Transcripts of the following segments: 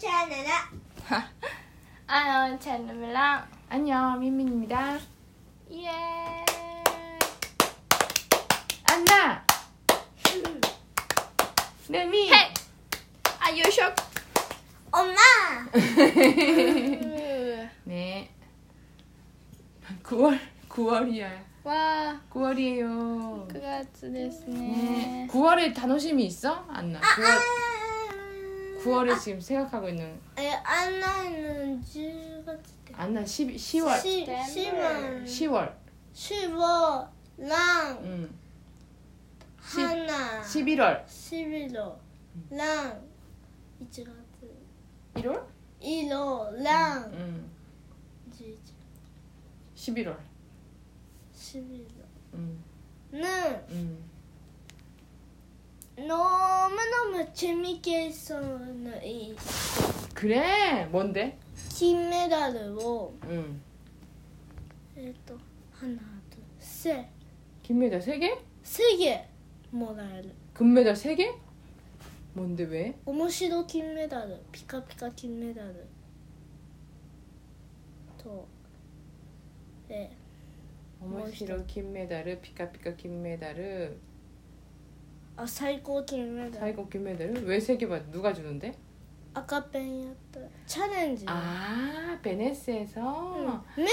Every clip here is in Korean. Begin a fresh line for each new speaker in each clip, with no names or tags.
찰나라
아유 찬누랑
안녕 민민입니다.
예.
안나, 느미,
해. 아유 쇼.
엄마
네. 9월 9월이야.
와
9월이에요.
그가츠
네.
됐네.
9월에 단호심이 있어? 안나.
아,
9월, 9월에 지금 생각하고 있는
안 나는 지금
안나 10 10월
심은
10월.
15랑
응. 십-
하나
11월.
11호랑 이제 같은
1월?
1호랑
응.
이제
11월.
11호는
응. 응.
너무너무 재밌게 했었는 이
그래. 뭔데?
金メダルを
응.
えっと花とせ
금메달 3개?
せげもらえる
금메달 3개? 뭔데 왜?
面白金メダルピカピカ金メダルとで
어머시로 금메달을 피카피카 금메달을
あ最高金メダル
사이고 금메달을 왜 3개 받 누가 주는데?
赤ペンやったチャレンジ、
아 베네스에서
うんめっ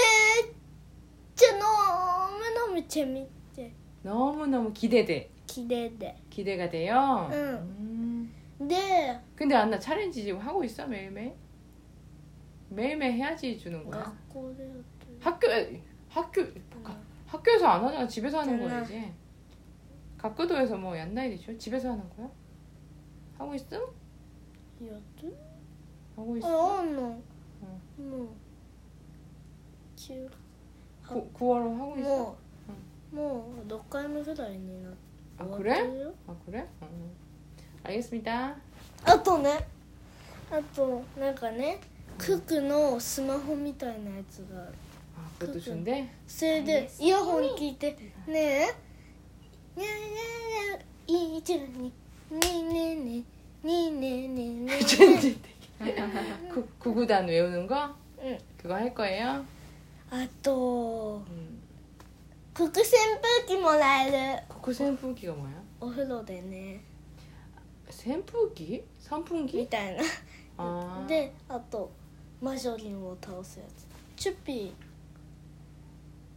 ちゃのむのむちゃみって
너무너무 기대돼
綺麗で
기대가 돼요
응.
음.
で
근데 안나 챌린지 지금 하고 있어 매일매일? 매일매일 해야지 주는
学
거야
校でやってる
학교에 학교 가- 학교에서 안 하잖아 집에서 하는
몰라.
거지 각도에서 뭐 얀나이리죠 집에서 하는 거야 하고 있어?
うんやってる
하고 있어?
어, 뭐.
응.
뭐. 지금
구, 9월호 하고 있어?
뭐. 뭐, 몇 갈매 그다이니 나.
아 그래? 아 그래? 어. 알겠습니다
아, 또 네. 아, 또, なんかね, 쿠쿠의 スマホみたいなやつがある
아 그것도
그거.
준대?
それでイヤホン聞いてねえねえねえねえいいじゃんねえねえねえねえねえねえねえね
구, 구구단 외우는 거?
응.
그거 할 거예요?
あと
음.
クク扇風機もらえる
코코扇풍기가 그 뭐야?
お風呂でね
扇風機?
み
선풍기?
たいな
아.
であとマジョリンを倒すやつチュッピ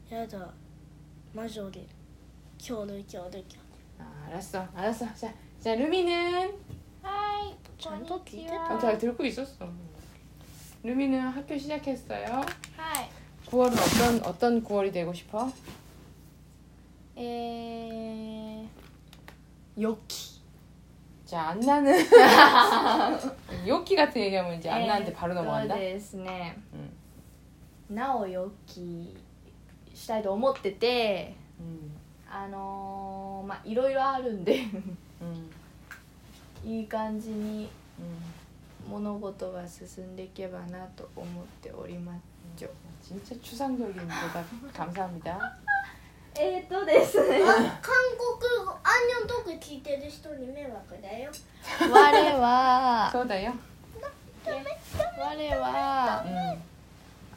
ーやだマジョリン恐竜恐竜恐竜
아, 알았어. 알았어. 자, 자 루미는
하이.
전도 기대돼.
아, 잘 들고 있었어. 루미는 학교 시작했어요.
하이.
9월은 어떤 어떤 9월이 되고 싶어?
에. 요키.
자, 안나는 요키 같은 얘기하면
네.
이제 안나한테 바로 넘어간다.
아,
음.
ですね。
응.
なおよきしたいと思ってて
음.
あのー、まあいろいろあるんで
음.
いい感じに
음.
物事が進んでいけばなと思っております
진짜 추상적인 대답 감사합니다.
えっ、ー、とですね
韓国語アンニョントーク聞いてる人に迷惑だよ
我は
소다요?
我は
음.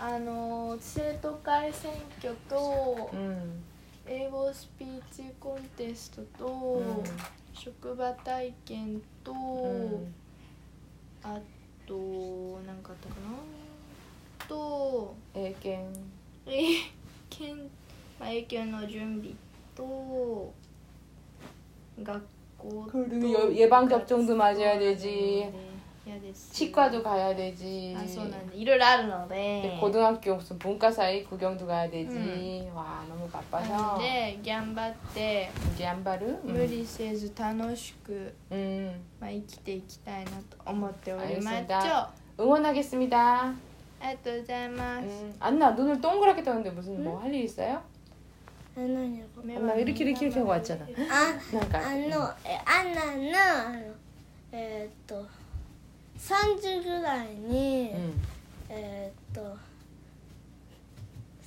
あのー、生徒会選挙と
음.
英語スピーチコンテストと、
음.
職場体験と、
음.
あと何かあったかなと
애견.
英検、まあ、英検の準備と学校と
그리고 여- 예방접종도 맞아야 되지.
嫌です。
치과도 가야 되지. 네,
あそうなんでいろいろあるので
고등학교 무슨 본과 사이 구경도 가야 되지. 와 너무
な
바빠서
ので頑張って、
이제 안바르.
無理せず楽しく、
음.
まあ、生きていきたいなと思っておりま
あ
す
り
ょ
がと 응원하겠습니다.
ありがとうございます、
음. 안나 눈을 동그랗게 떴는데 무슨 뭐 할 일 있어요?
あのねこ
目
엄마 이렇게 이렇게 이렇게 하고 네, 왔잖아.
あ
그러니까
あのえアンナのあのえーっと30ぐらいに、
음.
えーっと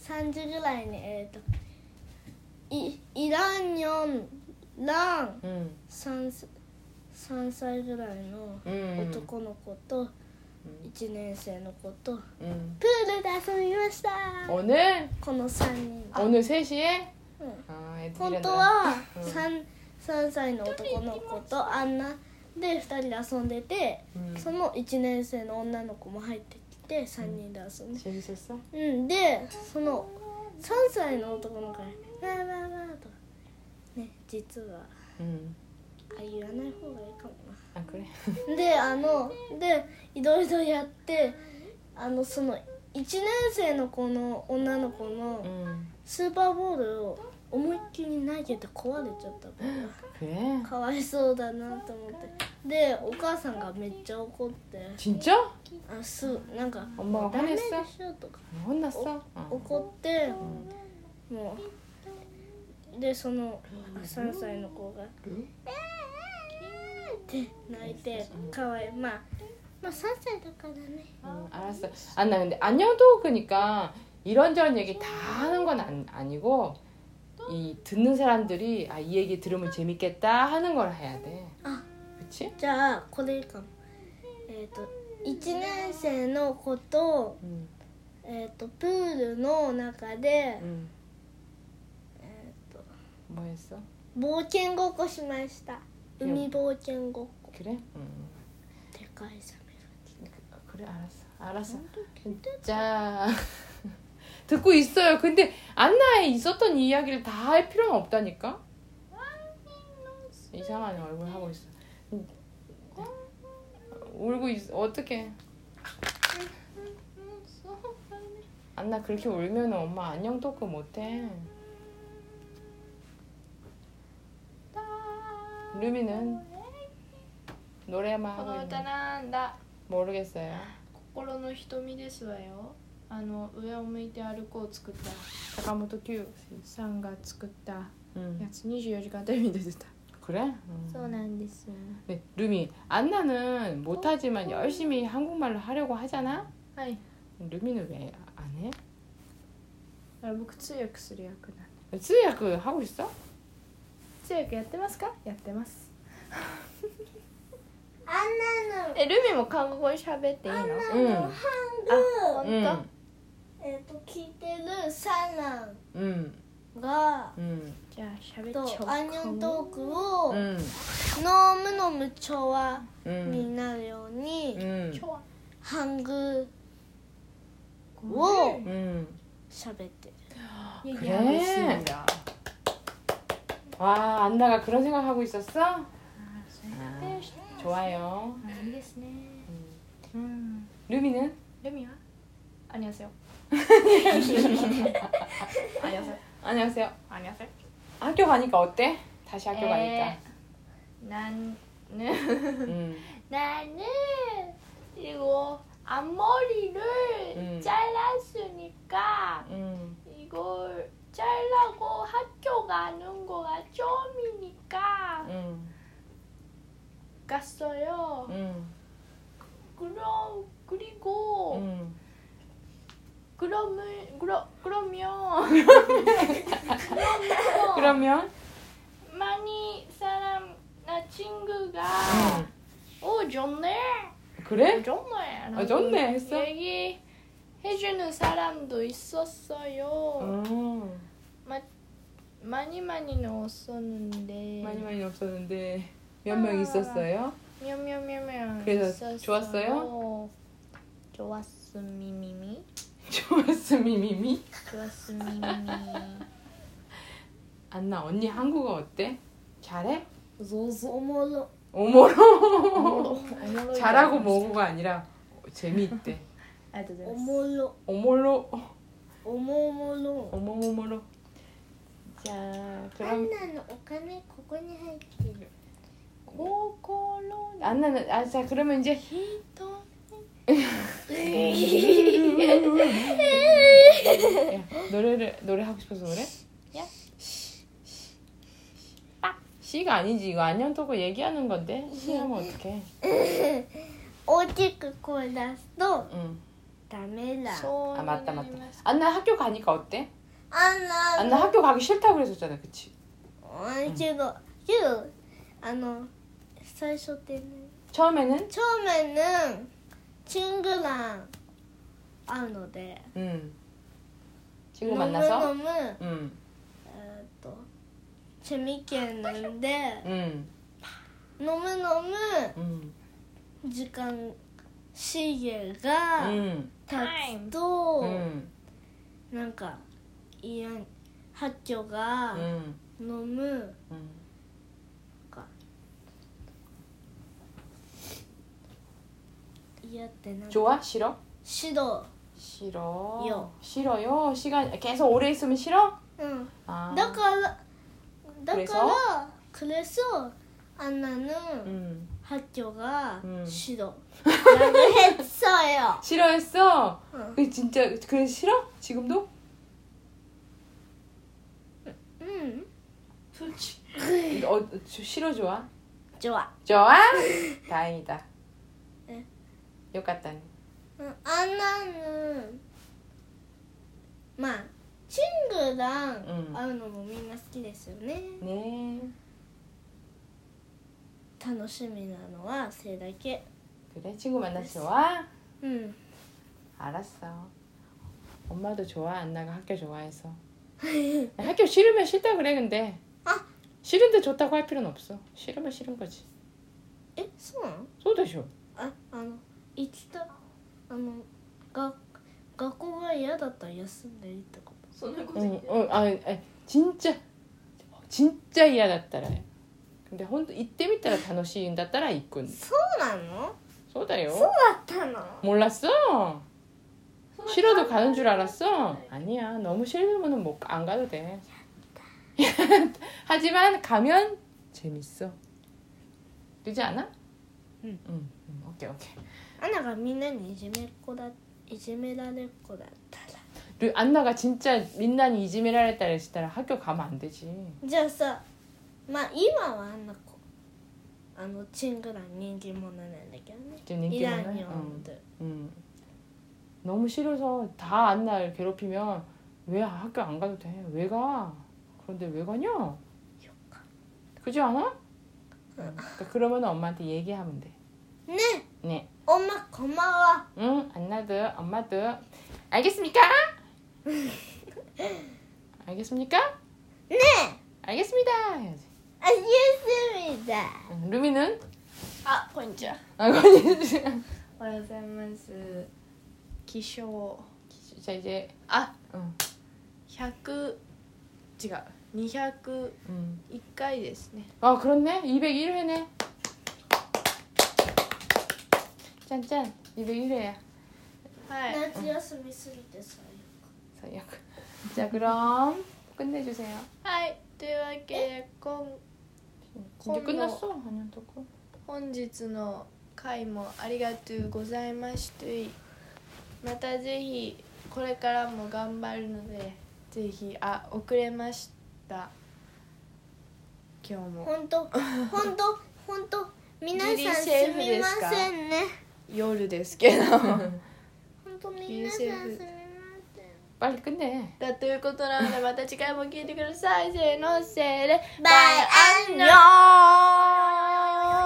30ぐらいにえーっといイランヨンラン
음.
3, 3歳ぐらいの
음.
男の子と、 1年生の子と
음.
プールで遊びました
오늘
この3人
오늘 3시에
うん
아
本
애들이랑
当
놀아.
は 3, 3歳の男の子とあんなで2人で遊んでて
음.
その1年生の女の子も入ってきて3人で遊んで
재밌었어?
うんでその3歳の男の子が「わーわーわー」とかね実は
음.
あ言わない方がいいかもな
아 그래?
であのでいろいろやってあのその1年生の子の女の子の
음.
スーパーボールを思いっきり投げて壊れちゃったから
그래?
かわいそうだなと思ってでお母さんがめっちゃ怒って
진짜?
あすなんか「
엄마가
ダメで
화냈어?
しょ」とか
어, 혼났어? 어.
怒ってもうでその3歳の子
그
がって泣いてかわいいまあまあ3歳だからね
음, 알았어. 아, 나 근데 안녕 토크니까 이런저런 얘기 다 하는 건 안- 아니고 이 듣는 사람들이 아, 이 얘기 들으면 재밌겠다 하는 걸 해야 돼.
아.
그치?
じゃあこれかもえっ、と1年生の子と,、
음,
えー、とプールの中で、
음.
えー、と
뭐 했어?
冒険ごっこしました
うん
海冒険ごっこ
그래? 음.
でかいサメ
그- 그래, 알았어. 알았어. 자. 듣고 있어요. 근데 안나에 있었던 이야기를 다 할 필요는 없다니까? 이상한 얼굴 하고 있어. 음. 울고 있어. 어떡해. 안나 그렇게 울면 엄마 안녕 토크 못해. 루미는 노래만
こ
하고
の
있는
歌なんだ
모르겠어요.
心の瞳ですわよあの上を向いて歩こうを作った坂本九さんが作ったや
응.
つ24時間テレビに出てた
그래? 음.
なんですよ
네, 루미 안나는 못하지만 열심히 한국말로 하려고 하잖아.
はい
루미는 왜 안 해?
あれ僕通訳する役なんで
수야 그 하고 있어?
通訳やってますかやってます
あんなの
えルミも韓国語喋っていいの
あんな
うん
のハング、
응.
えっ、と聞いてるサラ
응.
ンが
응.
じゃあ喋っちゃおう
と
か
アンニョントーク
어.
を
응.
ノームの無調和
응.
になるように、
응.
今日は
ハング
ごめん
응.
喋ってる
얘기
그래?
하고있습니다
와 안나가 그런 생각 하고 있었어?
아,
아, 좋아요.
いいですね
음.
うん
루미는?
ルミは안녕하세요 안녕하세요
안녕하세요.
안녕하세요
학교 가니까 어때? 다시 학교 가니까.
난
음.
나는 이거 앞머리를
음.
잘랐으니까
음.
이걸 잘라고 학교 가는 거가 처음이니까
음.
갔어요.
음.
그럼 그리고
음.
그러면 그러, 그러면 그러면
그러면?
많이 사람 나 친구가
음.
오 좋네 어,
그래?
좋네
아, 좋네 했어?
얘기 해주는 사람도 있었어요
어.
많이 많이 넣었었는데
많이 많이 없었는데 몇 명 있었어요?
냠냠냠냠
그래서
있었어요.
좋았어요?
좋았음 미미미
좋았어 미미미
좋았음 미미미
안나 언니 한국어 어때? 잘해?
おもろ
오모로
오모로
어, 잘하고
이거.
뭐고가 아니라 재미있대
아, 네, 네.
おもろ
오몰로
おもおもろ
오모모모로 자
アン
그럼
ナのお金ここに入って る
고고로
안나는 아 자 그러면 이제
히토
야, 노래를 노래 하고 싶어서 그래?
야.
시가 아니지 이거 안녕 토고 얘기하는 건데 시 하면 어떡해
大きく声出すと
응
ダメだ
소원
아, 맞다, 맞다. 안나 학교 가니까 어때? 아,
あんな
안나 학교 가기 싫다고 그랬었잖아 그치?
うんけどけどあの最初ってね
처음에는
처음에는 친구랑 아는데
음. 친구 만나서?
너무 너무
음.
에, 또 재밌게 했는데
음.
너무 너무
음.
시간 시계가
음.
다또
음.
뭔가 이런 학교가
음.
너무
음.
이해가 되나?
좋아? 싫어?
싫어.
싫어.
요.
싫어요. 시간 계속 오래 있으면 싫어?
응.
아.
다からだか
그래서?
ら그래서 안나는
음.
학교가
음.
싫어. 라고 했어요.
싫어했어?
응.
그 진짜 그래 싫어? 지금도?
응.
솔직히
어, 저- 싫어 좋아?
좋아.
좋아? 다행이다.
네.
요같다니.
응, 안나는 막 친구랑
응.
会うのもみんな好きですよね。
네.
楽しみなのはそれだけ。
그래 친구 만나서 좋아?
うん。
알았어. 엄마도 좋아 안나가 학교 좋아해서. 학교 싫으면 싫다 그래 근데.
아.
싫은데 좋다고 할 필요는 없어. 싫으면 싫은 거지.
え、そうなの？
소대쇼.
あ、あの行きたあのが学校が嫌だったら休んでいいってこと。
응, 응, 아, 아, 진짜 진짜 이하다ったら. 근데 혼 이때 밑에가 단어시인다ったら 있군.
そうなの？
소다요.
だったの？
몰랐어? 싫어도 가는 줄 알았어?
네.
아니야. 너무 싫으면 못, 안 가도 돼. 하지만 가면 재밌어. 되지 않아?
응.
응, 응. 오케이, 오케이.
アナがみんなにいじめっ子だいじめられっ子だったら
류- 안나가 진짜 민난이 이지메라 했다 했을 때라 학교 가면 안 되지.
じゃあさまあ今はあんな子あのチングラン人気者なんだけどね
지금 인기
이란
많아요.
이
응.
들
응. 음. 너무 싫어서 다 안나 괴롭히면 왜 학교 안 가도 돼? 왜 가? 그런데 왜 가냐? 그지 않아? 응. 그러니까 그러면 엄마한테 얘기하면 돼.
ね
네.
おまこんばんは
응, 안나도 엄마도 알겠습니까? 알겠습니까? 네.
ね
알겠습니다. 해야지.
あゆすみだ
응, 루미는
あこんにちは
아, 거기-
おはようございます気象
자 이제 아, 어,
あ
응,
100違う201
응.
回ですね
아 그렇네 201회네 짠짠 201회야
はい
夏休みすぎてさ
사역 자 그럼 끝내주세요
はいというわけで今
이제
콜로.
끝났어 아니야 또고
本日の回もありがとうございましたまたぜひこれからも頑張るのでぜひあ遅れました今日も
本当本当本当皆さん
ギリ
す
セーフ
み
で
ます
か
せんね
夜ですけど
本当
ギ
皆
リ
さん
セー
す
フ
みません
빨리 끝내
だということなのでまた次回も聞いてくださいせーのせーで
バイアンニョ
バイアンニョー